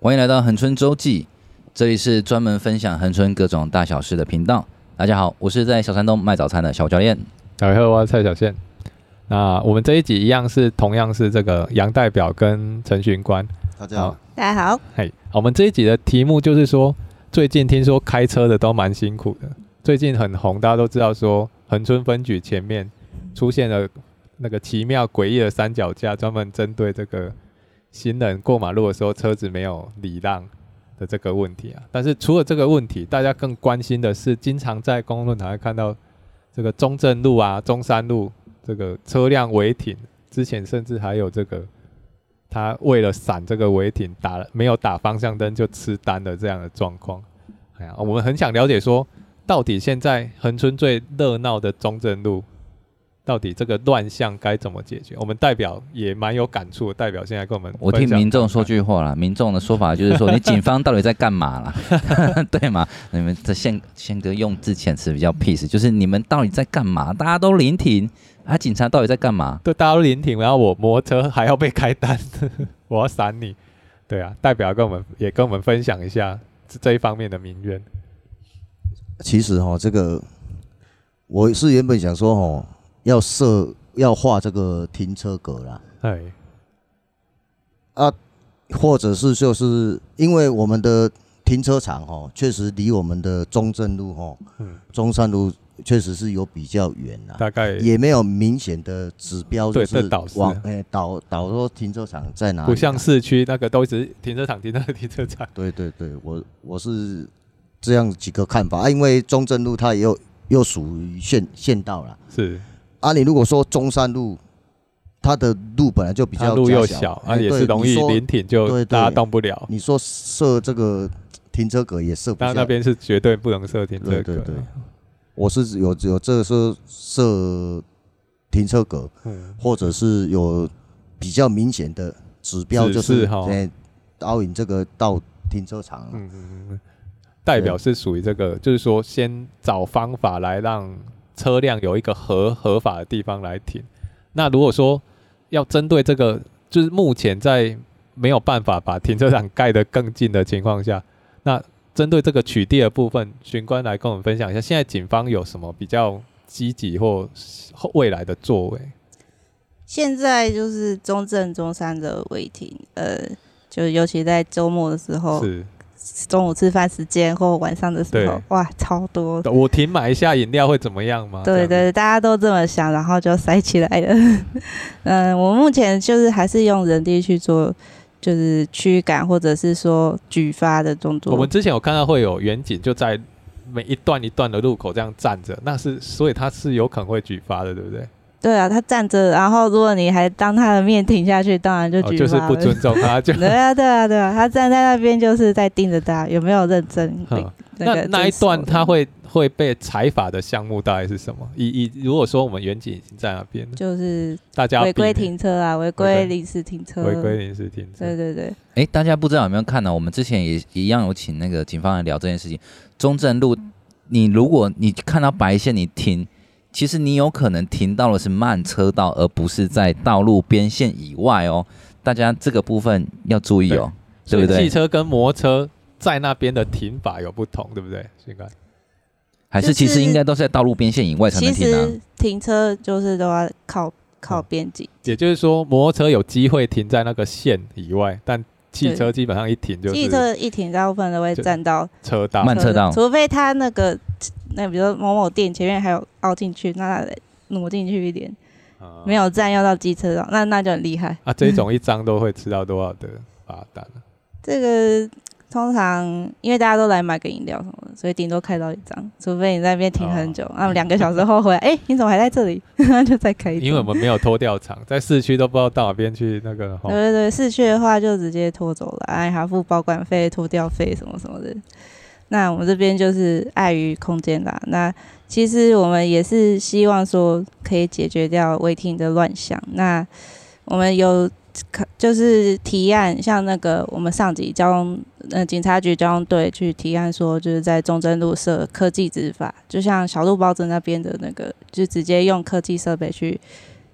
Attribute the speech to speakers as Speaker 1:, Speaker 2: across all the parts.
Speaker 1: 欢迎来到恒春周记，这里是专门分享恒春各种大小事的频道。大家好，我是在小山东卖早餐的小教练。
Speaker 2: 大家好，我是啊蔡小宪。那我们这一集一样是同样是这个杨代表跟陈巡官。
Speaker 3: 大家好，
Speaker 4: 大家好，
Speaker 2: 嘿，我们这一集的题目就是说，最近听说开车的都蛮辛苦的。最近很红，大家都知道说，恒春分局前面出现了那个奇妙诡异的三脚架，专门针对这个行人过马路的时候车子没有礼让的这个问题啊。但是除了这个问题，大家更关心的是，经常在公共论坛会看到这个中正路啊、中山路这个车辆违停，之前甚至还有这个他为了闪这个违停打了没有打方向灯就吃单的这样的状况。哎呀，我们很想了解说，到底现在恒春最热闹的中正路，到底这个乱象该怎么解决？我们代表也蛮有感触的，代表现在跟我们
Speaker 1: 我
Speaker 2: 分
Speaker 1: 听
Speaker 2: 享
Speaker 1: 民众
Speaker 2: 看
Speaker 1: 说
Speaker 2: 看
Speaker 1: 句话啦，民众的说法就是说，你警方到底在干嘛啦？对吗？你们这宪宪哥用字遣词比较 peace，就是你们到底在干嘛？大家都临停，啊，警察到底在干嘛？
Speaker 2: 对，大家都临停，然后我摩托车还要被开单， 我要闪你。对啊，代表跟我们也跟我们分享一下这这一方面的民怨。
Speaker 3: 其实哈、这个我是原本想说哈、要设要画这个停车格啦，啊
Speaker 2: 哎，
Speaker 3: 或者是就是因为我们的停车场哈、确实离我们的中正路哈、
Speaker 2: 嗯
Speaker 3: 中山路确实是有比较远啦，
Speaker 2: 大概
Speaker 3: 也没有明显的指标，
Speaker 2: 对
Speaker 3: 就
Speaker 2: 这
Speaker 3: 是
Speaker 2: 倒是
Speaker 3: 往诶导导说停车场在哪里啊，
Speaker 2: 不像市区那个都只是停车场、停车场、停车 场。
Speaker 3: 对对对，我我是这样几个看法啊，因为中正路它也有又属于县县道啦。
Speaker 2: 是，
Speaker 3: 啊，你如果说中山路，它的路本来就比
Speaker 2: 它
Speaker 3: 较
Speaker 2: 路又
Speaker 3: 狭
Speaker 2: 小，啊，
Speaker 3: 哎
Speaker 2: 也
Speaker 3: 对
Speaker 2: 是容易
Speaker 3: 你说
Speaker 2: 临停就
Speaker 3: 对对
Speaker 2: 大家动不了。
Speaker 3: 你说设这个停车格也设不
Speaker 2: 那
Speaker 3: 下，
Speaker 2: 那边是绝对不能设停车
Speaker 3: 对对
Speaker 2: 格。
Speaker 3: 对，我是有有这个设设停车格，
Speaker 2: 嗯，
Speaker 3: 或者是有比较明显的指标，
Speaker 2: 指
Speaker 3: 就
Speaker 2: 示
Speaker 3: 是
Speaker 2: 哈
Speaker 3: 哎，导引这个到停车场啊，
Speaker 2: 嗯嗯嗯，代表是属于这个，就是说先找方法来让车辆有一个合合法的地方来停。那如果说要针对这个，就是目前在没有办法把停车场盖得更近的情况下，那针对这个取缔的部分，巡官来跟我们分享一下，现在警方有什么比较积极或后未来的作为？
Speaker 4: 现在就是中正中山的违停，呃，就尤其在周末的时候，
Speaker 2: 是
Speaker 4: 中午吃饭时间或晚上的时候
Speaker 2: 对，
Speaker 4: 哇，超多。
Speaker 2: 我停买一下饮料会怎么样吗？
Speaker 4: 对
Speaker 2: 这样
Speaker 4: 对，大家都这么想，然后就塞起来了。 嗯，我目前就是还是用人力去做，就是驱赶或者是说举发的动
Speaker 2: 我们
Speaker 4: 作。
Speaker 2: 之前有看到会有远景就在每一段一段的路口这样站着，那是所以他是有可能会举发的，对不对？
Speaker 4: 对啊，他站着，然后如果你还当他的面停下去，当然就
Speaker 2: 哦，
Speaker 4: 举
Speaker 2: 就是
Speaker 4: 发
Speaker 2: 不
Speaker 4: 了。
Speaker 2: 尊重他， 就
Speaker 4: 对啊，对啊，对啊，他站在那边就是在盯着大家有没有认真
Speaker 2: 哼
Speaker 4: 那
Speaker 2: 嗯那
Speaker 4: 个
Speaker 2: 那一
Speaker 4: 遵守
Speaker 2: 段
Speaker 4: 的
Speaker 2: 他会会被裁罚的项目大概是什么？以以如果说我们远景已经在那边了，
Speaker 4: 就是
Speaker 2: 大家要
Speaker 4: 违规
Speaker 2: 避免
Speaker 4: 停车啊，违
Speaker 2: 规
Speaker 4: 规临时停车，
Speaker 2: 违规，临时停
Speaker 4: 对
Speaker 2: 车，
Speaker 4: 对对，
Speaker 1: 诶，大家不知道有没有看呢、我们之前也一样有请那个警方来聊这件事情。中正路，你如果你看到白线你停，其实你有可能停到的是慢车道，而不是在道路边线以外哦。大家这个部分要注意哦。
Speaker 2: 所
Speaker 1: 对
Speaker 2: 以
Speaker 1: 不对
Speaker 2: 汽车跟摩托车在那边的停法有不同，对不对？应该
Speaker 1: 还是
Speaker 4: 就
Speaker 1: 其实
Speaker 4: 是
Speaker 1: 应该都是在道路边线以外才
Speaker 4: 其
Speaker 1: 能停啊。
Speaker 4: 实停车就是都要
Speaker 1: 嗯
Speaker 4: 靠靠边境，
Speaker 2: 也就是说，摩托车有机会停在那个线以外，但汽
Speaker 4: 对
Speaker 2: 车基本上一停就
Speaker 4: 汽
Speaker 2: 是
Speaker 4: 车一停大部分都会
Speaker 2: 就
Speaker 4: 占到
Speaker 2: 车道，
Speaker 1: 慢车道
Speaker 4: 除非他那个那比如说某某店前面还有凹进去，那他得挪进去一点，
Speaker 2: 啊
Speaker 4: 没有占用到机车道，那那就很厉害。
Speaker 2: 啊，这一种一张都会吃到多少的罚 单啊？
Speaker 4: 这个通常因为大家都来买个饮料什么的，所以顶多开到一张，除非你在那边停很
Speaker 2: 哦
Speaker 4: 久，那么两个小时后回来，哎、你怎么还在这里？ 那就再开一张。
Speaker 2: 因为我们没有拖吊 场，在市区都不知道到哪边去那个。吼
Speaker 4: 对对对，市区的话就直接拖走了，哎，还要付保管费、拖吊费什么什么的。那我们这边就是碍于空间啦。那其实我们也是希望说可以解决掉违停的乱象。那我们有可就是提案，像那个我们上级交通呃警察局交通队去提案说，就是在中正路设科技执法，就像小鹿包子那边的那个，就直接用科技设备去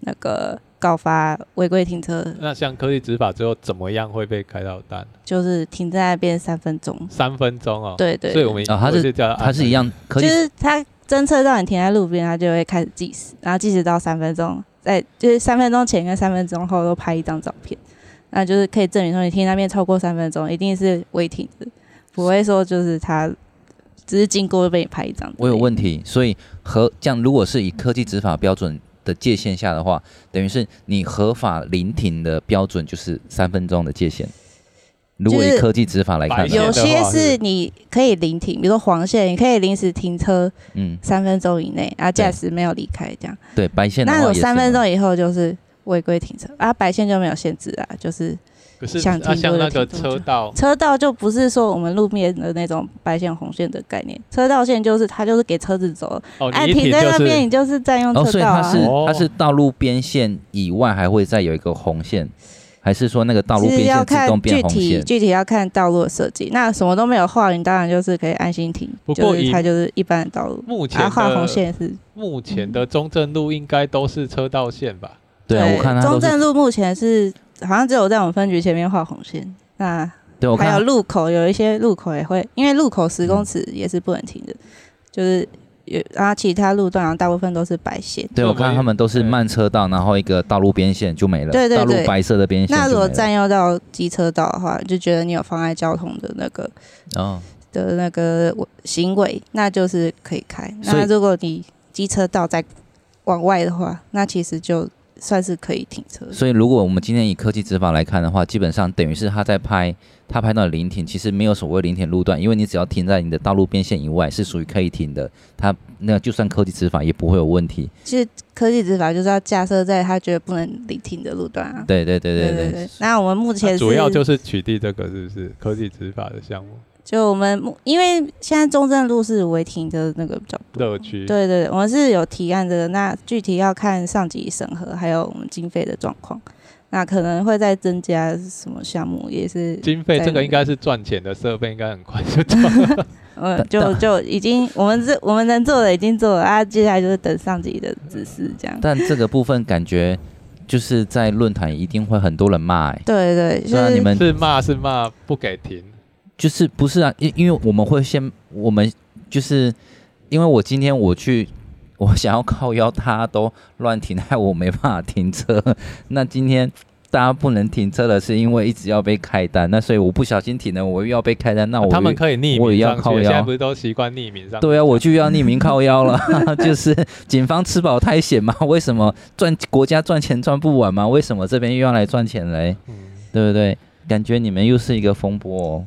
Speaker 4: 那个告发违规停车，
Speaker 2: 那像科技执法之后，怎么样会被开到单？
Speaker 4: 就是停在那边三分钟。
Speaker 2: 三分钟哦。
Speaker 4: 对对
Speaker 2: 所以我们
Speaker 1: 哦它是
Speaker 2: 我就叫
Speaker 1: 它是一样科技
Speaker 4: 就，是他侦测到你停在路边，他就会开始计时，然后计时到三分钟，在就是三分钟前跟三分钟后都拍一张照片，那就是可以证明说你停那边超过三分钟，一定是违停的，不会说就是他只是经过就被你拍一张。
Speaker 1: 我有，问题，所以合这样，如果是以科技执法标准的界限下的话，等于是你合法临停的标准就是三分钟的界限。如果
Speaker 4: 就
Speaker 1: 以
Speaker 4: 是
Speaker 1: 科技执法来看
Speaker 2: 白
Speaker 1: 啊的
Speaker 4: 有
Speaker 1: 话，
Speaker 2: 线的
Speaker 4: 些
Speaker 2: 话是
Speaker 4: 是你可以临停，比如说黄线，你可以临时停车
Speaker 1: 嗯，
Speaker 4: 三分钟以内，然后驾驶没有离开这样。
Speaker 1: 对，白线的
Speaker 4: 那
Speaker 1: 话
Speaker 4: 有
Speaker 1: 也是
Speaker 4: 三
Speaker 1: 嘛
Speaker 4: 分钟以后就是违规停车啊，白线就没有限制啊，就是
Speaker 2: 可是
Speaker 4: 想
Speaker 2: 啊，
Speaker 4: 停
Speaker 2: 像
Speaker 4: 多
Speaker 2: 那
Speaker 4: 就
Speaker 2: 个
Speaker 4: 停多
Speaker 2: 车
Speaker 4: 久
Speaker 2: 道，
Speaker 4: 车道就不是说我们路面的那种白线红线的概念，车道线就是它就是给车子走，
Speaker 2: 哦，
Speaker 4: 哎、
Speaker 2: 你一
Speaker 4: 停
Speaker 2: 停
Speaker 4: 在
Speaker 2: 就
Speaker 4: 那边你
Speaker 2: 是
Speaker 4: 就是占用
Speaker 1: 哦，
Speaker 4: 车
Speaker 1: 所以
Speaker 4: 道
Speaker 1: 它
Speaker 4: 啊。
Speaker 1: 是
Speaker 2: 哦
Speaker 1: 它是道路边线以外还会再有一个红线，还是说那个道路边
Speaker 4: 是要
Speaker 1: 线自动
Speaker 4: 看具
Speaker 1: 变红
Speaker 4: 体
Speaker 1: 线？
Speaker 4: 具体要看道路的设计，那什么都没有画，你当然就是可以安心停。
Speaker 2: 不过
Speaker 4: 就是
Speaker 2: 以
Speaker 4: 它就是一般的道路，
Speaker 2: 目
Speaker 4: 啊，
Speaker 2: 前
Speaker 4: 画红
Speaker 2: 的
Speaker 4: 线嗯是
Speaker 2: 目前的中正路应该都是车道线吧？
Speaker 1: 对啊，我看它
Speaker 4: 中
Speaker 1: 都
Speaker 4: 正
Speaker 1: 是，
Speaker 4: 路目前是好像只有在我们分局前面画红线，那
Speaker 1: 对我
Speaker 4: 还
Speaker 1: 看
Speaker 4: 有
Speaker 1: 它
Speaker 4: 路口，有一些路口也会，因为路口十公尺也是不能停的，就是有，然后其他路段然后大部分都是白线。
Speaker 1: 对我看他们都是慢车道，然后一个道路边线就没了，
Speaker 4: 对对
Speaker 1: 道路
Speaker 4: 对
Speaker 1: 白色的边线
Speaker 4: 那如
Speaker 1: 就
Speaker 4: 果
Speaker 1: 没了。
Speaker 4: 占用到机车道的话，就觉得你有妨碍交通的那个
Speaker 1: 哦，
Speaker 4: 的那个行为，那就是可以开。
Speaker 1: 所以
Speaker 4: 那如果你机车道再往外的话，那其实就算是可以停车。
Speaker 1: 所以如果我们今天以科技执法来看的话，基本上等于是他在拍他拍到的临停，其实没有所谓临停路段，因为你只要停在你的道路边线以外，是属于可以停的，它那就算科技执法也不会有问题。
Speaker 4: 其实科技执法就是要架设在他觉得不能离停的路段啊。
Speaker 1: 对对对对
Speaker 4: 对
Speaker 1: 对
Speaker 4: 对。那我们目
Speaker 2: 那
Speaker 4: 前是
Speaker 2: 主要就是取缔这个，是不是科技执法的项目
Speaker 4: 就我们目，因为现在中正路是违停的那个比较多。
Speaker 2: 乐区？
Speaker 4: 对对对，我们是有提案的，那具体要看上级审核，还有我们经费的状况，那可能会再增加什么项目，也是
Speaker 2: 经费这个应该是赚钱的设备，应该很快就 赚了。
Speaker 4: 呃，
Speaker 1: 但
Speaker 4: 就
Speaker 1: 但
Speaker 4: 就已经我们这我们能做的已经做了啊，接下来就是等上级的指示这样。
Speaker 1: 但这个部分感觉就是在论坛一定会很多人骂、欸，
Speaker 4: 对对，就
Speaker 1: 虽然你
Speaker 4: 是
Speaker 1: 们
Speaker 2: 是骂是骂，不给停。
Speaker 1: 就是不是啊？因因为我们会先，我们就是因为我今天我去，我想要靠腰，大家都乱停，害我没办法停车。那今天大家不能停车了，是因为一直要被开单，那所以我不小心停了，我又要被开单，那我
Speaker 2: 他们
Speaker 1: 又
Speaker 2: 可以匿
Speaker 1: 我也
Speaker 2: 名
Speaker 1: 要
Speaker 2: 上
Speaker 1: 靠
Speaker 2: 去，现在
Speaker 1: 腰
Speaker 2: 不是都习惯匿名上去？
Speaker 1: 对啊，我就要匿名靠腰 了，就是 警方吃饱太闲嘛，为什么赚国家赚钱赚不完嘛？为什么这边又要来赚钱嘞？
Speaker 2: 嗯
Speaker 1: 对不对？感觉你们又是一个风波、哦，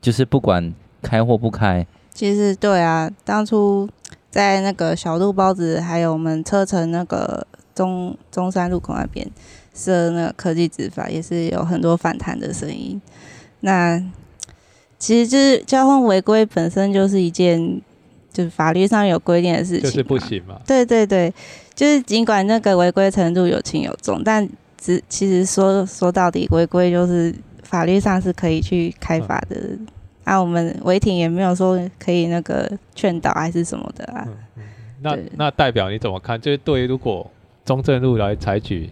Speaker 1: 就是不管开或不开，
Speaker 4: 其实对啊，当初在那个小鹿包子，还有我们车城那个中中山路口那边设那个科技执法，也是有很多反弹的声音。那其实就是交通违规本身就是一件就是法律上有规定的事情、啊
Speaker 2: 就是不。行嘛。
Speaker 4: 对对对，就是尽管那个违规程度有轻有重，但只其实说说到底，违规就是法律上是可以去开罚的。啊，我们违停也没有说可以那个劝导还是什么的啊。
Speaker 2: 嗯嗯那
Speaker 4: 对
Speaker 2: 那代表你怎么看？就是对于如果中正路来采取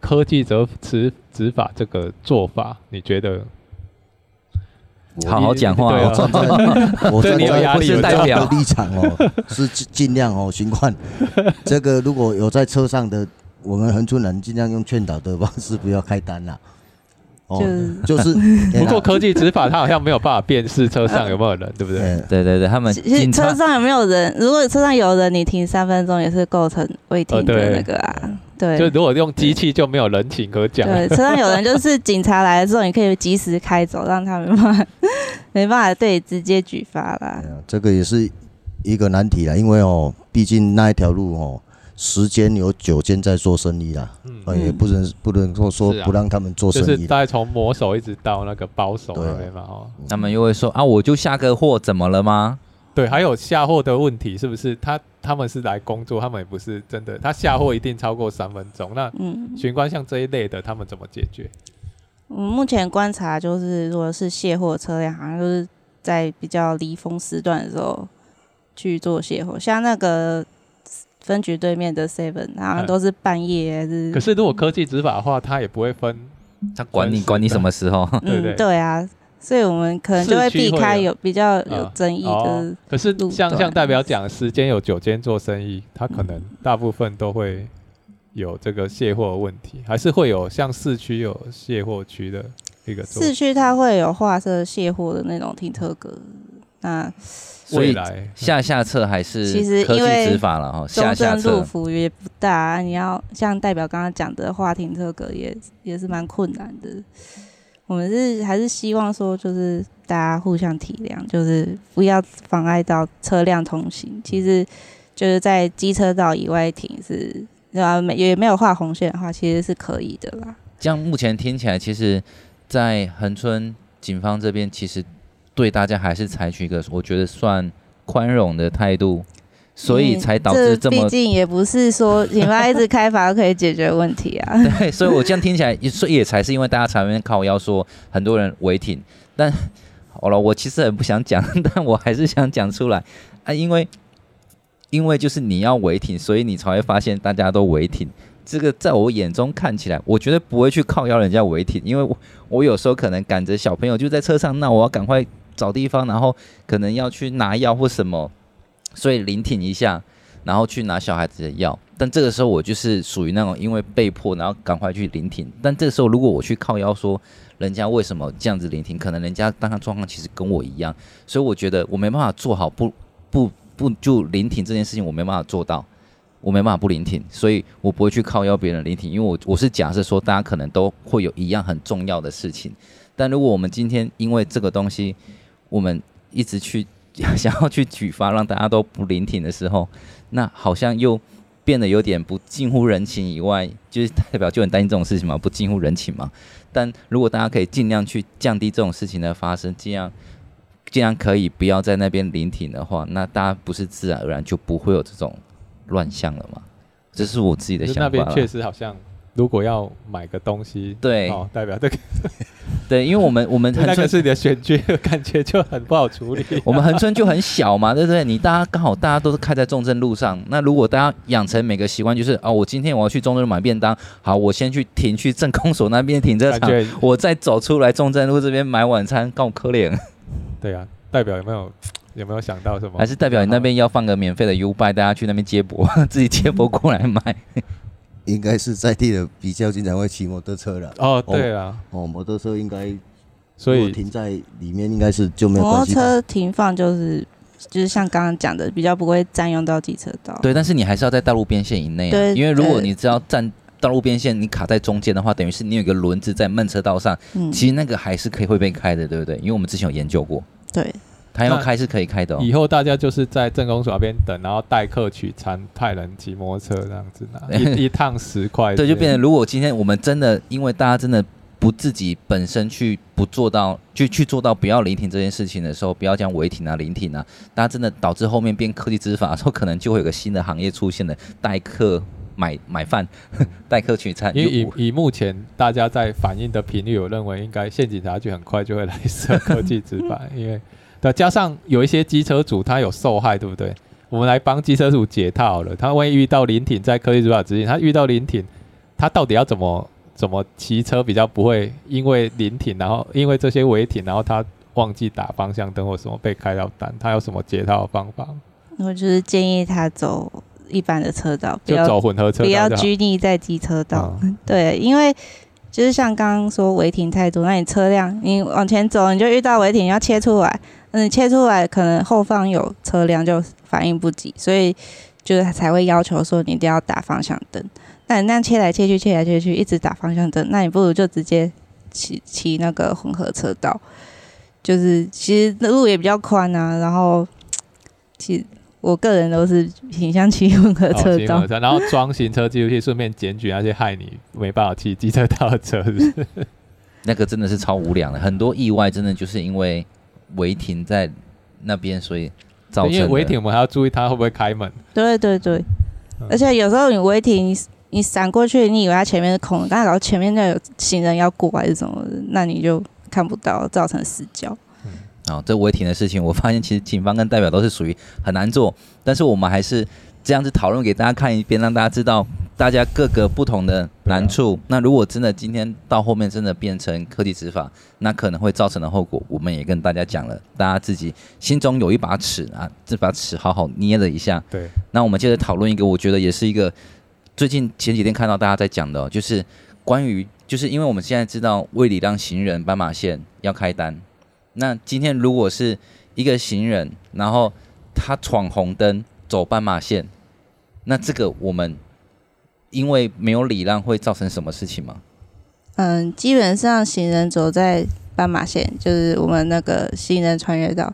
Speaker 2: 科技责执执法这个做法，你觉得
Speaker 3: 我
Speaker 1: 好好讲话
Speaker 2: 对
Speaker 1: 哦
Speaker 2: 啊。
Speaker 3: 我
Speaker 2: 对
Speaker 3: 站
Speaker 2: 你有压力
Speaker 3: 在不是
Speaker 2: 有
Speaker 3: 代
Speaker 2: 这
Speaker 3: 表
Speaker 1: 样
Speaker 3: 立场 哦，是尽尽量哦询问。这个如果有在车上的，我们恒春人尽量用劝导的方式，不要开单啦。哦
Speaker 4: 就，是
Speaker 3: 就是哎
Speaker 4: 啊
Speaker 2: 不过科技执法它好像没有办法辨识车上有没有人，对不对？
Speaker 3: 嗯
Speaker 1: 对对对，他们
Speaker 4: 其实
Speaker 1: 警
Speaker 4: 车
Speaker 1: 察
Speaker 4: 上有没有人？如果车上有人，你停三分钟也是构成违停的那个啊。
Speaker 2: 就
Speaker 4: 对
Speaker 2: 如果用机器就没有人情可讲。
Speaker 4: 对，车上有人就是警察来的时候，你可以及时开走，让他没办法 没办法对你直接举发啦。
Speaker 3: 哎呀这个也是一个难题啦，因为哦，毕竟那一条路哦，十间有九间在做生意啦，
Speaker 2: 嗯，
Speaker 3: 呃也不能不能说说
Speaker 2: 是啊
Speaker 3: 不让他们做
Speaker 2: 就
Speaker 3: 生
Speaker 2: 是
Speaker 3: 意啦。
Speaker 2: 大概从磨手一直到那个包手
Speaker 3: 对
Speaker 4: 啊
Speaker 2: 那边嘛，哦，
Speaker 1: 他们又会说啊，我就下个货，怎么了吗？
Speaker 2: 对，还有下货的问题，是不是他他们是来工作，他们也不是真的，他下货一定超过三分钟。那
Speaker 4: 嗯，
Speaker 2: 巡官像这一类的，他们怎么解决？
Speaker 4: 我目前观察就是，如果是卸货车辆，好像就是在比较离峰时段的时候去做卸货，像那个分局对面的 Seven，好
Speaker 2: 嗯
Speaker 4: 像都是半夜还是
Speaker 2: 可是如果科技执法的话，它也不会分，
Speaker 1: 他管你管你什么时候，
Speaker 2: 对对
Speaker 4: 嗯对啊，所以我们可能就会
Speaker 2: 市区
Speaker 4: 避
Speaker 2: 会
Speaker 4: 开
Speaker 2: 有
Speaker 4: 有比较有
Speaker 2: 啊
Speaker 4: 争议
Speaker 2: 哦
Speaker 4: 的，
Speaker 2: 可是
Speaker 4: 路
Speaker 2: 像
Speaker 4: 段
Speaker 2: 像代表讲，十间有九间做生意，它可能大部分都会有这个卸货的问题，还是会有像市区有卸货区的一个做
Speaker 4: 市区，它会有画设卸货的那种停车格。那
Speaker 1: 所
Speaker 2: 未
Speaker 1: 以
Speaker 2: 来
Speaker 1: 下下策还是
Speaker 4: 其实
Speaker 1: 科
Speaker 4: 因为
Speaker 1: 技执法了哈，下
Speaker 4: 中
Speaker 1: 下
Speaker 4: 正
Speaker 1: 策
Speaker 4: 路幅也不大、啊，你要像代表刚刚讲的画停车格也也是蛮困难的。我们是还是希望说，就是大家互相体谅，就是不要妨碍到车辆通行。其实就是在机车道以外停是，对吧？没也没有画红线的话，其实是可以的啦。
Speaker 1: 这样目前听起来，其实，在恒春警方这边，其实对大家还是采取一个我觉得算宽容的态度，所以
Speaker 4: 嗯
Speaker 1: 才导
Speaker 4: 这
Speaker 1: 致这
Speaker 4: 毕
Speaker 1: 么。
Speaker 4: 竟也不 是说你们一直开罚可以解决问题啊。
Speaker 1: 对，所以我这样听起来，也所以也才是因为大家常面靠腰说很多人违停，但好了，我其实很不想讲， 但我还是想讲出来啊，因为因为就是你要违停，所以你才会发现大家都违停。这个在我眼中看起来，我绝对不会去靠邀人家违停，因为我我有时候可能赶着小朋友就在车上闹，我要赶快找地方，然后可能要去拿药或什么，所以聆听一下，然后去拿小孩子的药。但这个时候我就是属于那种因为被迫，然后赶快去聆听。但这个时候如果我去靠腰说人家为什么这样子聆听，可能人家当下状况其实跟我一样，所以我觉得我没办法做好不不不就聆听这件事情，我没办法做到。我没办法不聆听，所以我不会去靠邀别人聆听，因为我我是假设说大家可能都会有一样很重要的事情，但如果我们今天因为这个东西，我们一直去 想要去举发让大家都不聆听的时候，那好像又变得有点不近乎人情以外，就是代表就很担心这种事情嘛，不近乎人情嘛。但如果大家可以尽量去降低这种事情的发生，尽量尽量可以不要在那边聆听的话，那大家不是自然而然就不会有这种乱象了嘛？这是我自己的
Speaker 2: 嗯就是
Speaker 1: 想
Speaker 2: 那
Speaker 1: 法
Speaker 2: 边确
Speaker 1: 啦。
Speaker 2: 实好像，如果要买个东西，
Speaker 1: 对
Speaker 2: 哦，代表这个
Speaker 1: 对，因为我们我们
Speaker 2: 那
Speaker 1: 很
Speaker 2: 个是你的选区， 感觉就很不好处理。
Speaker 1: 我们恒春就很小嘛， 对不对？你大家刚好大家都是开在重症路上，那如果大家养成每个习惯，就是哦，我今天我要去中正路买便当，好，我先去停去镇公所那边停车
Speaker 2: 感
Speaker 1: 场，
Speaker 2: 觉
Speaker 1: 我再走出来中正路这边买晚餐，够可怜。
Speaker 2: 对啊，代表有没有有没有想到什么？
Speaker 1: 还是代表你那边要放个免费的 U b 大家去那边接驳， 自己接驳过来 买。
Speaker 3: 应该是在地的比较经常会骑摩托车了。
Speaker 2: 哦，对啊，
Speaker 3: 哦，摩托车应该
Speaker 2: 所
Speaker 3: 如果
Speaker 2: 以
Speaker 3: 停在里面应该是就没有
Speaker 4: 摩
Speaker 3: 关
Speaker 4: 托
Speaker 3: 系吧。
Speaker 4: 车停放就是就是像刚刚讲的，比较不会占用到机车道。
Speaker 1: 对，但是你还是要在道路边线以内、啊，
Speaker 4: 对
Speaker 1: 因为如果
Speaker 4: 对
Speaker 1: 你只要站道路边线，你卡在中间的话，等于是你有一个轮子在慢车道上，
Speaker 4: 嗯，
Speaker 1: 其实那个还是可以会被开的，对不对？因为我们之前有研究过，
Speaker 4: 对，
Speaker 1: 它要
Speaker 2: 那
Speaker 1: 开是可以开的、哦。
Speaker 2: 以后大家就是在政公所那边等，然后代客取餐，派人骑摩托车这样子拿，一一趟十块之
Speaker 1: 对，
Speaker 2: 类的，
Speaker 1: 就变成如果今天我们真的因为大家真的不自己本身去不做到，去去做到不要临停这件事情的时候，不要讲违停啊、临停啊，大家真的导致后面变科技执法的时候，可能就会有个新的行业出现的代客买买饭、 代客取餐。
Speaker 2: 因为
Speaker 1: 就
Speaker 2: 以以目前大家在反应的频率，我认为应该县警察局很快就会来设科技执法，因为对，加上有一些机车主他有受害，对不对？我们来帮机车主解套好了，他万一遇到林挺在科技执法之前，他遇到林挺，他到底要怎么怎么骑车比较不会因为林挺，然后因为这些违停，然后他忘记打方向灯或什么被开到单，他有什么解套的方法？
Speaker 4: 我就是建议他走一般的车道，不
Speaker 2: 就
Speaker 4: 要
Speaker 2: 走混合车
Speaker 4: 不要
Speaker 2: 道就好。
Speaker 4: 拘泥在机车道。
Speaker 2: 啊
Speaker 4: 对，因为就是像刚刚说违停太多，那你车辆你往前走，你就遇到违停，你要切出来，嗯，你切出来可能后方有车辆就反应不及，所以就是才会要求说你一定要打方向灯。那你那样切来切去，切来切去，一直打方向灯，那你不如就直接骑骑那个混合车道，就是其实路也比较宽啊，然后其实我个人都是倾向骑混合
Speaker 2: 哦，
Speaker 4: 车
Speaker 2: 行
Speaker 4: 道
Speaker 2: 我，车，然后装行车记录器，顺便检举那些害你没办法骑机车道的车，是不是？
Speaker 1: 那个真的是超无良的，很多意外真的就是因为违停在那边，所以造成
Speaker 2: 因为
Speaker 1: 的
Speaker 2: 违停，我们还要注意它会不会开门。
Speaker 4: 对对对
Speaker 2: 嗯，
Speaker 4: 而且有时候你违停，你你闪过去，你以为它前面是空的，但然后前面那有行人要过还是什么的，那你就看不到，造成死角。
Speaker 1: 啊、这违停的事情，我发现其实警方跟代表都是属于很难做，但是我们还是这样子讨论给大家看一遍，让大家知道大家各个不同的难处。那如果真的今天到后面真的变成科技执法，那可能会造成的后果，我们也跟大家讲了，大家自己心中有一把尺啊，这把尺好好捏了一下。
Speaker 2: 对，
Speaker 1: 那我们接着讨论一个，我觉得也是一个最近前几天看到大家在讲的、哦，就是关于，就是因为我们现在知道为礼让行人斑马线要开单，那今天如果是一个行人，然后他闯红灯走斑马线，那这个我们因为没有礼让会造成什么事情吗？
Speaker 4: 嗯，基本上行人走在斑马线，就是我们那个行人穿越道，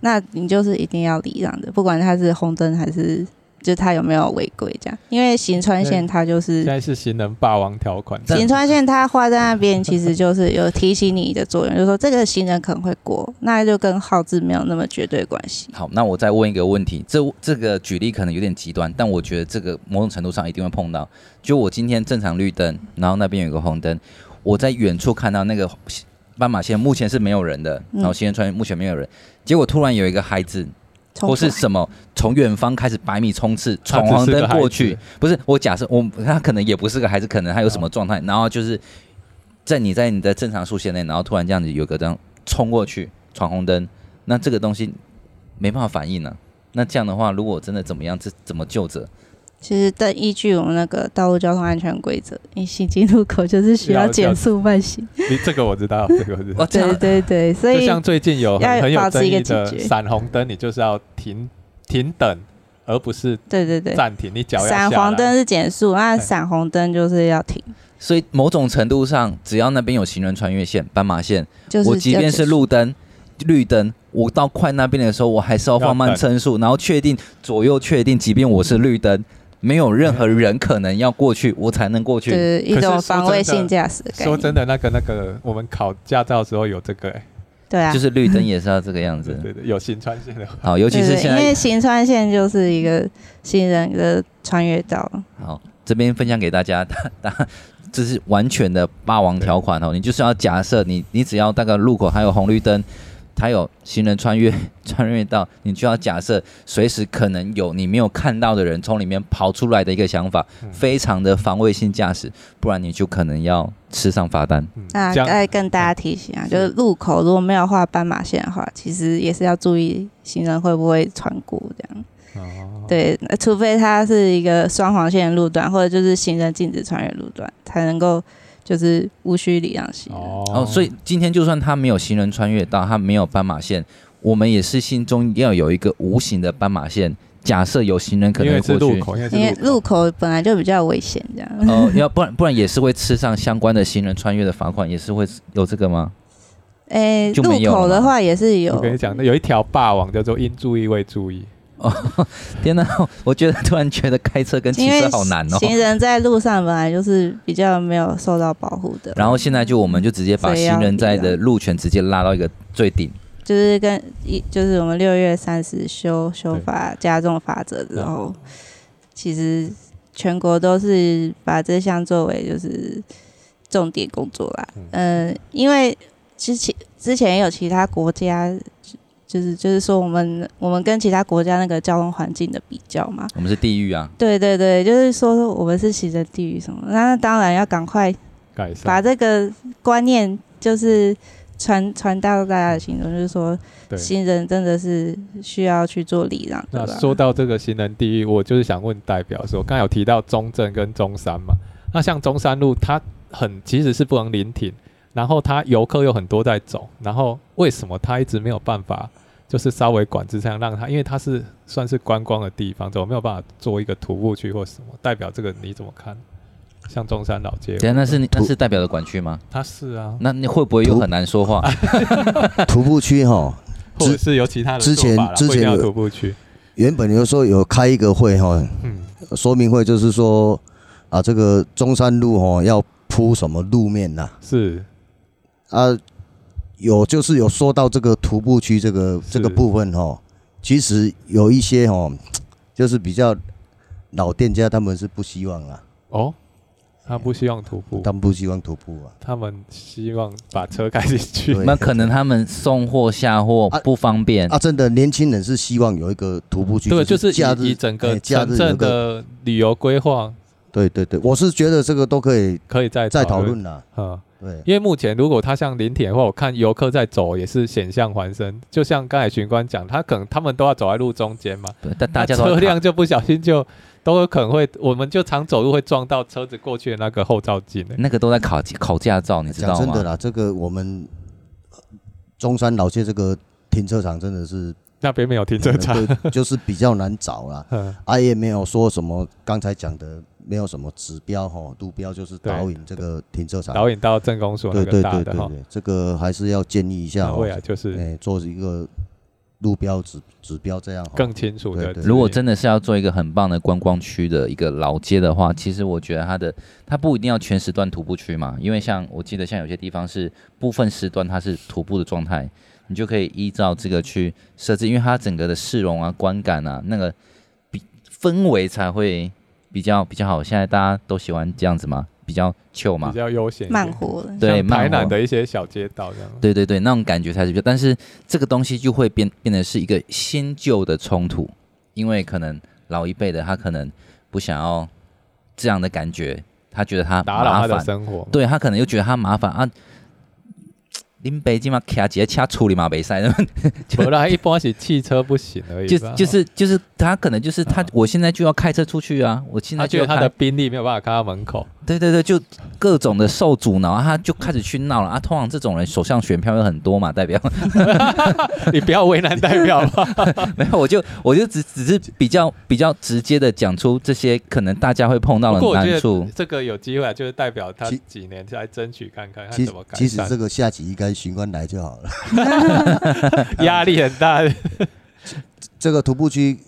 Speaker 4: 那你就是一定要礼让的，不管他是红灯还是就他有没有违规这样，因为行穿线它就
Speaker 2: 现
Speaker 4: 是。
Speaker 2: 在是行人霸王条款，
Speaker 1: 但
Speaker 4: 行穿线它画在那边，其实就是有提醒你的作用，就是说这个行人可能会过，那就跟号字没有那么绝对关系。
Speaker 1: 好，那我再问一个问题，这这个举例可能有点极端，但我觉得这个某种程度上一定会碰到。就我今天正常绿灯，然后那边有个红灯，我在远处看到那个斑马线目前是没有人的，
Speaker 4: 嗯
Speaker 1: 然后行人穿越目前没有人，结果突然有一个孩子
Speaker 4: 冲
Speaker 1: 或
Speaker 4: 出来
Speaker 1: 是什么从远方开始百米冲刺，
Speaker 2: 他
Speaker 1: 闯
Speaker 2: 只
Speaker 1: 黄
Speaker 2: 是个
Speaker 1: 灯
Speaker 2: 孩
Speaker 1: 过
Speaker 2: 子
Speaker 1: 去，不是我假设我他可能也不是个孩子，可能他有什么状态，然后就是在你在你的正常速线内，然后突然这样子有个这样冲过去闯红灯，那这个东西没办法反应呢、那这样的话，如果真的怎么样，这怎么救责？
Speaker 4: 其实，但依据我们那个道路交通安全规则，你行进路口就是需要减速慢行。
Speaker 2: 你这个我知道，这个我知道
Speaker 1: 哦，。 这样
Speaker 4: 对对对，所
Speaker 2: 就
Speaker 4: 以
Speaker 2: 像最近有
Speaker 4: 要
Speaker 2: 很很有
Speaker 4: 保持
Speaker 2: 争
Speaker 4: 一个
Speaker 2: 议的
Speaker 4: 警觉
Speaker 2: 闪红灯，你就是要停停等，而不是
Speaker 4: 对对对，
Speaker 2: 暂停，你脚要
Speaker 4: 闪
Speaker 2: 下来
Speaker 4: 黄灯，是减速，那
Speaker 2: 对
Speaker 4: 闪红灯就是要停，
Speaker 1: 所以某种程度上，只要那边有行人穿越线、斑马线，
Speaker 4: 就是
Speaker 1: 我即
Speaker 4: 要
Speaker 1: 便
Speaker 4: 减
Speaker 1: 是
Speaker 4: 速
Speaker 1: 路灯、绿灯，我到快那边的时候，我还是要放慢车速，然后确定左右确定，即便我是绿灯，没有任何人可能要过去，我才能过
Speaker 4: 就
Speaker 1: 去。
Speaker 4: 是
Speaker 2: 可
Speaker 4: 一
Speaker 2: 是
Speaker 4: 种
Speaker 2: 说
Speaker 4: 防
Speaker 2: 真
Speaker 4: 卫
Speaker 2: 的
Speaker 4: 性驾驶的概
Speaker 2: 说真的，
Speaker 4: 念。
Speaker 2: 那个那个，我们考驾照的时候有这个、欸，
Speaker 4: 对啊，
Speaker 1: 就是绿灯也是要这个样
Speaker 2: 对
Speaker 1: 子。
Speaker 2: 对对，有行穿线的话，
Speaker 1: 好，尤其是
Speaker 4: 对对
Speaker 1: 现
Speaker 4: 因为
Speaker 1: 在
Speaker 4: 行川线就是一个行人的穿越道，
Speaker 1: 好，这边分享给大家， 大大这是完全的霸王条款哦。你就是要假设你，你只要那个路口还有红绿灯，还有行人穿越 穿越到，你就要假设随时可能有你没有看到的人从里面跑出来的一个想法，
Speaker 2: 嗯
Speaker 1: 非常的防卫性驾驶，不然你就可能要吃上罚单。
Speaker 2: 嗯，
Speaker 4: 那
Speaker 2: 这样
Speaker 4: 再跟大家提醒啊，
Speaker 2: 是
Speaker 4: 就是路口如果没有画斑马线的话，其实也是要注意行人会不会穿过这样。
Speaker 2: 哦，
Speaker 4: 对，呃除非它是一个双黄线的路段，或者就是行人禁止穿越路段，才能够就是无需礼让行人。
Speaker 2: 哦
Speaker 1: 哦，所以今天就算他没有行人穿越道，他没有斑马线，我们也是心中要有一个无形的斑马线。假设有行人可
Speaker 2: 因
Speaker 1: 能
Speaker 2: 为是
Speaker 1: 会过
Speaker 2: 路
Speaker 1: 去，
Speaker 2: 口，因为是
Speaker 4: 因为
Speaker 2: 路
Speaker 4: 路口本来就比较危险，这样。
Speaker 1: 哦，要不然不然也是会吃上相关的行人穿越的罚款，也是会有这个吗？
Speaker 4: 诶、
Speaker 1: 就
Speaker 4: 路
Speaker 1: 没有了
Speaker 4: 口的
Speaker 1: 吗
Speaker 4: 话也是
Speaker 2: 口。
Speaker 4: 有
Speaker 2: 我，跟你讲，那有一条霸王叫做因注意未注意，
Speaker 1: 天哪，我觉得突然觉得开车跟骑
Speaker 4: 因为
Speaker 1: 车好难哦。
Speaker 4: 行人在路上本来就是比较没有受到保护的，
Speaker 1: 然后现在就我们就直接把
Speaker 4: 所以要
Speaker 1: 行人在
Speaker 4: 避让
Speaker 1: 的路权直接拉到一个最顶，
Speaker 4: 就是跟一就是我们六月三十修修法加重法则之后，其实全国都是把这项作为就是重点工作啦。嗯、因为之前之前也有其他国家，就是就是说我们我们跟其他国家那个交通环境的比较嘛，
Speaker 1: 我们是地狱啊！
Speaker 4: 对对对，就是说我们是行人地狱什么，那当然要赶快
Speaker 2: 改善，
Speaker 4: 把这个观念就是传传到大家的心中，就是说
Speaker 2: 对。
Speaker 4: 新人真的是需要去做礼让，对
Speaker 2: 那
Speaker 4: 吧？
Speaker 2: 说到这个行人地狱，我就是想问代表说，刚才有提到中正跟中山嘛，那像中山路它很其实是不能临停，然后它游客有很多在走，然后为什么它一直没有办法就是稍微管制这样让它，因为它是算是观光的地方，怎么没有办法做一个徒步区或什么？代表这个你怎么看？像中山老街，
Speaker 1: 等一下那是那是代表的管区吗？
Speaker 2: 它是啊，
Speaker 1: 那你会不会又很难说话？
Speaker 3: 徒步区哈，
Speaker 2: 或者是有其他的
Speaker 3: 之前
Speaker 2: 做法啦
Speaker 3: 之前
Speaker 2: 不一定要
Speaker 3: 有
Speaker 2: 徒步区，
Speaker 3: 原本有时候有开一个会哈，
Speaker 2: 嗯，
Speaker 3: 说明会就是说啊，这个中山路哈要铺什么路面呐、
Speaker 2: 是
Speaker 3: 啊，有就是有说到这个徒步区这个
Speaker 2: 是
Speaker 3: 这个部分哦，其实有一些哦，就是比较老店家他们是不希望啦，
Speaker 2: 哦，他不希望徒步，
Speaker 3: 他们不希望徒步啊。
Speaker 2: 他们希望把车开进去。
Speaker 3: 对
Speaker 1: 那可能他们送货下货
Speaker 3: 啊
Speaker 1: 不方便，
Speaker 3: 啊，真的，年轻人是希望有一个徒步区，
Speaker 2: 对，就是
Speaker 3: 假
Speaker 2: 以
Speaker 3: 日
Speaker 2: 以整个
Speaker 3: 哎假日
Speaker 2: 城
Speaker 3: 有
Speaker 2: 镇
Speaker 3: 个
Speaker 2: 的旅游规划
Speaker 3: 对对对，我是觉得这个都可以
Speaker 2: 可以再
Speaker 3: 再讨。论啦。
Speaker 2: 嗯，
Speaker 3: 对，
Speaker 2: 因为目前如果它像林铁的话，我看游客在走也是险象环生，就像刚才巡官讲，他可能他们都要走在路中间嘛，
Speaker 1: 对但大家都
Speaker 2: 那
Speaker 1: 要
Speaker 2: 车
Speaker 1: 看
Speaker 2: 辆就不小心就都有可能会，我们就常走路会撞到车子过去的那个后照镜、欸
Speaker 1: 那个都在考考驾照，你知
Speaker 3: 讲
Speaker 1: 道
Speaker 3: 真的
Speaker 1: 吗？
Speaker 3: 啦，这个我们呃中山老街这个停车场真 的是
Speaker 2: 那边没有停车场。
Speaker 3: 对， 就是比较难找啦。
Speaker 2: 嗯，
Speaker 3: 啊，也没有说什么刚才讲的，没有什么指标哈，路标就是导引这个停车场。
Speaker 2: 导引到镇公所那
Speaker 3: 对
Speaker 2: 个
Speaker 3: 对
Speaker 2: 大
Speaker 3: 对
Speaker 2: 的
Speaker 3: 对
Speaker 2: 哈，
Speaker 3: 对，这个还是要建议一下
Speaker 2: 那
Speaker 3: 哦
Speaker 2: 未，来就是
Speaker 3: 哎，做一个路标指指标这样哈。
Speaker 2: 哦更清楚的
Speaker 3: 对对
Speaker 2: 指引。
Speaker 1: 如果真的是要做一个很棒的观光区的一个老街的话，其实我觉得它的它不一定要全时段徒步区嘛，因为像我记得像有些地方是部分时段它是徒步的状态，你就可以依照这个去设置，因为它整个的市容啊、观感啊那个比氛围才会比较比较好。现在大家都喜欢这样子嘛，比较 chill 嘛
Speaker 2: 比，较悠闲一点，
Speaker 4: 慢活了。
Speaker 1: 对，
Speaker 2: 像台
Speaker 1: 慢
Speaker 2: 南
Speaker 1: 活
Speaker 2: 的一些小街道这样。
Speaker 1: 对对对，那种感觉才是比较。但是这个东西就会变变得是一个新旧的冲突，因为可能老一辈的他可能不想要这样的感觉，他觉得他
Speaker 2: 打扰
Speaker 1: 麻
Speaker 2: 他的
Speaker 1: 烦，
Speaker 2: 生活。
Speaker 1: 对他可能又觉得他麻烦啊。林北京嘛，卡杰掐处理嘛，没塞，
Speaker 2: 不啦，一般是汽车不行而已
Speaker 1: 就
Speaker 2: 吧。
Speaker 1: 就是就是他可能就是他
Speaker 2: 啊，
Speaker 1: 我现在就要开车出去啊，我现在
Speaker 2: 他
Speaker 1: 就
Speaker 2: 觉
Speaker 1: 要
Speaker 2: 得他的
Speaker 1: 开，
Speaker 2: 宾利没有办法开到门口，
Speaker 1: 对对对，就各种的受阻挠，啊他就开始去闹了啊。通常这种人手上选票有很多嘛，代表
Speaker 2: 你不要为难代表 吧。
Speaker 1: 没有，我就我就只只是比较比较直接的讲出这些可能大家会碰到
Speaker 2: 不过
Speaker 1: 的
Speaker 2: 我觉
Speaker 1: 难处
Speaker 2: 得。这个有机会啊，就是代表他
Speaker 3: 其
Speaker 2: 几年来争取看看他
Speaker 3: 其
Speaker 2: 怎么改
Speaker 3: 其实
Speaker 2: 善
Speaker 3: 这，个下集应该巡官来就好了。
Speaker 2: 压力很大。
Speaker 3: 这个徒步区，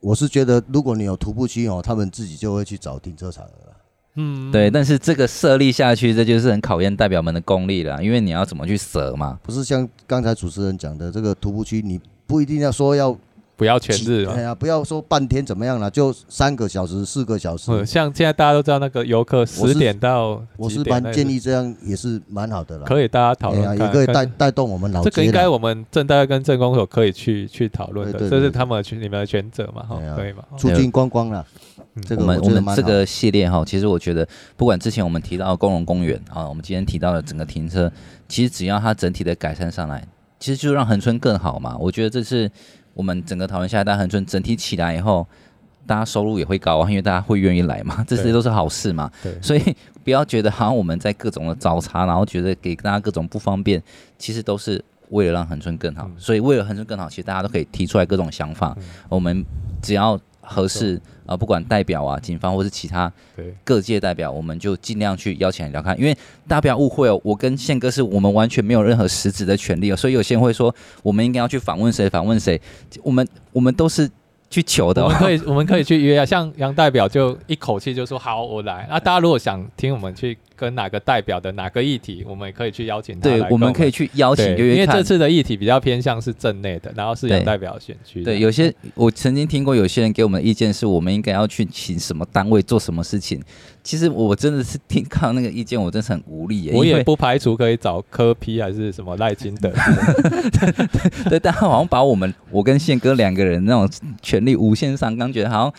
Speaker 3: 我是觉得如果你有徒步区哦，他们自己就会去找停车场了啦。
Speaker 2: 嗯，
Speaker 1: 对，但是这个设立下去，这就是很考验代表们的功力了，因为你要怎么去舍嘛。
Speaker 3: 不是像刚才主持人讲的这个徒步区，你不一定要说要
Speaker 2: 不要全日
Speaker 3: 哎
Speaker 2: 嘛。嗯
Speaker 3: 呀，不要说半天怎么样了，就三个小时、四个小时。
Speaker 2: 嗯，像现在大家都知道那个游客
Speaker 3: 是
Speaker 2: 十点到
Speaker 3: 我
Speaker 2: 几
Speaker 3: 是
Speaker 2: 点
Speaker 3: 蛮
Speaker 2: 那
Speaker 3: 建
Speaker 2: 个
Speaker 3: 议这样也是蛮好的啦。
Speaker 2: 可以大家讨
Speaker 3: 哎呀，
Speaker 2: 论
Speaker 3: 也
Speaker 2: 看，
Speaker 3: 可以带
Speaker 2: 看
Speaker 3: 带动我们老
Speaker 2: 这个
Speaker 3: 街
Speaker 2: 应该
Speaker 3: 啦。
Speaker 2: 我们正大跟正公所可以去去讨论
Speaker 3: 对
Speaker 2: 的，
Speaker 3: 对
Speaker 2: 这
Speaker 3: 对
Speaker 2: 是
Speaker 3: 对
Speaker 2: 他们的权你们的权责嘛，哈
Speaker 3: 哎，呀
Speaker 2: 可以嘛？
Speaker 3: 促进观光啦
Speaker 2: 嗯。
Speaker 3: 这
Speaker 1: 我
Speaker 3: 个
Speaker 1: 们
Speaker 3: 觉得
Speaker 1: 们
Speaker 3: 蛮好
Speaker 1: 啊这个系列哈，其实我觉得，不管之前我们提到的工农公园啊，我们今天提到的整个停车，其实只要它整体的改善上来，其实就让恒春更好嘛。我觉得这是我们整个讨论下来，但恒春整体起来以后，大家收入也会高啊，因为大家会愿意来嘛，这些
Speaker 2: 对
Speaker 1: 都是好事嘛。
Speaker 2: 对，
Speaker 1: 所以不要觉得好像我们在各种的找茬，然后觉得给大家各种不方便，其实都是为了让恒春更好。
Speaker 2: 嗯
Speaker 1: 所以为了恒春更好，其实大家都可以提出来各种想法。
Speaker 2: 嗯
Speaker 1: 我们只要合适，呃，不管代表啊、警方或是其他
Speaker 2: 对，
Speaker 1: 各界代表，我们就尽量去邀请来聊看。因为大家不要误会哦，我跟宪哥是我们完全没有任何实质的权利哦，所以有些人会说我们应该要去访问谁、访问谁，我们我们都是去求的、
Speaker 2: 我
Speaker 1: 哦
Speaker 2: 们。可以，我们可以去约啊。像杨代表就一口气就说好，我来。啊那大家如果想听我们去跟哪个代表的哪个议题，我们也可以去邀请他来
Speaker 1: 对
Speaker 2: 跟，
Speaker 1: 我
Speaker 2: 我
Speaker 1: 们可以去邀请，
Speaker 2: 对
Speaker 1: 约
Speaker 2: 因
Speaker 1: 约
Speaker 2: 为
Speaker 1: 看
Speaker 2: 这。次的议题比较偏向是镇内的，然后是
Speaker 1: 对
Speaker 2: 杨代表选区的。
Speaker 1: 对，有些我曾经听过有些人给我们的意见是，我们应该要去请什么单位做什么事情。其实我真的是听 看到那个意见，我真的是很无力耶。
Speaker 2: 我
Speaker 1: 因
Speaker 2: 也
Speaker 1: 为
Speaker 2: 不排除可以找柯批还是什么赖金 德。
Speaker 1: 对，但好像把我们我跟宪哥两个人那种权力无限上纲，觉得好像。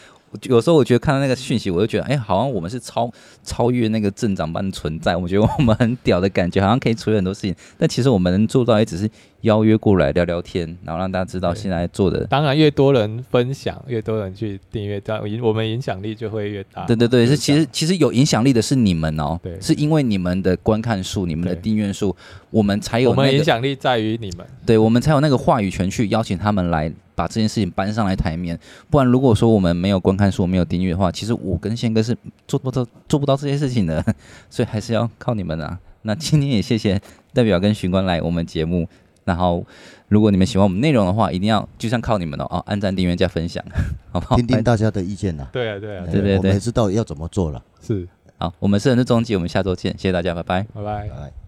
Speaker 1: 有时候我觉得看到那个讯息，我就觉得，哎、好像我们是超超越那个镇长般的存在，我觉得我们很屌的感觉，好像可以处理很多事情。但其实我们能做到，也只是邀约过来聊聊天，然后让大家知道
Speaker 2: 对
Speaker 1: 现在做的
Speaker 2: 当然，越多人分享，越多人去订阅，这样影我们影响力就会越大。
Speaker 1: 对对对，
Speaker 2: 啊就是这
Speaker 1: 其
Speaker 2: 样
Speaker 1: 实其实有影响力的是你们哦
Speaker 2: 对，
Speaker 1: 是因为你们的观看数、你们的
Speaker 2: 对
Speaker 1: 订阅数，我们才有
Speaker 2: 我们
Speaker 1: 那
Speaker 2: 影
Speaker 1: 个，
Speaker 2: 响力在于你们。
Speaker 1: 对我们才有那个话语权去邀请他们来把这件事情搬上来台面。不然如果说我们没有观看数、没有订阅的话，其实我跟宪哥是做不到做不到这些事情的， 所以还是要靠你们啊。那今天也谢谢代表跟巡官来我们节目。然后，如果你们喜欢我们内容的话，一定要就像靠你们哦，哦，按赞、订阅、加分享，好不好？
Speaker 3: 听听大家的意见啦。哎
Speaker 2: 对啊，对啊，
Speaker 1: 对对
Speaker 3: 我们也知道要怎么做了。
Speaker 2: 是，
Speaker 1: 好，我们是人的终极，我们下周见，谢谢大家，拜拜。
Speaker 2: 拜拜。
Speaker 3: 拜拜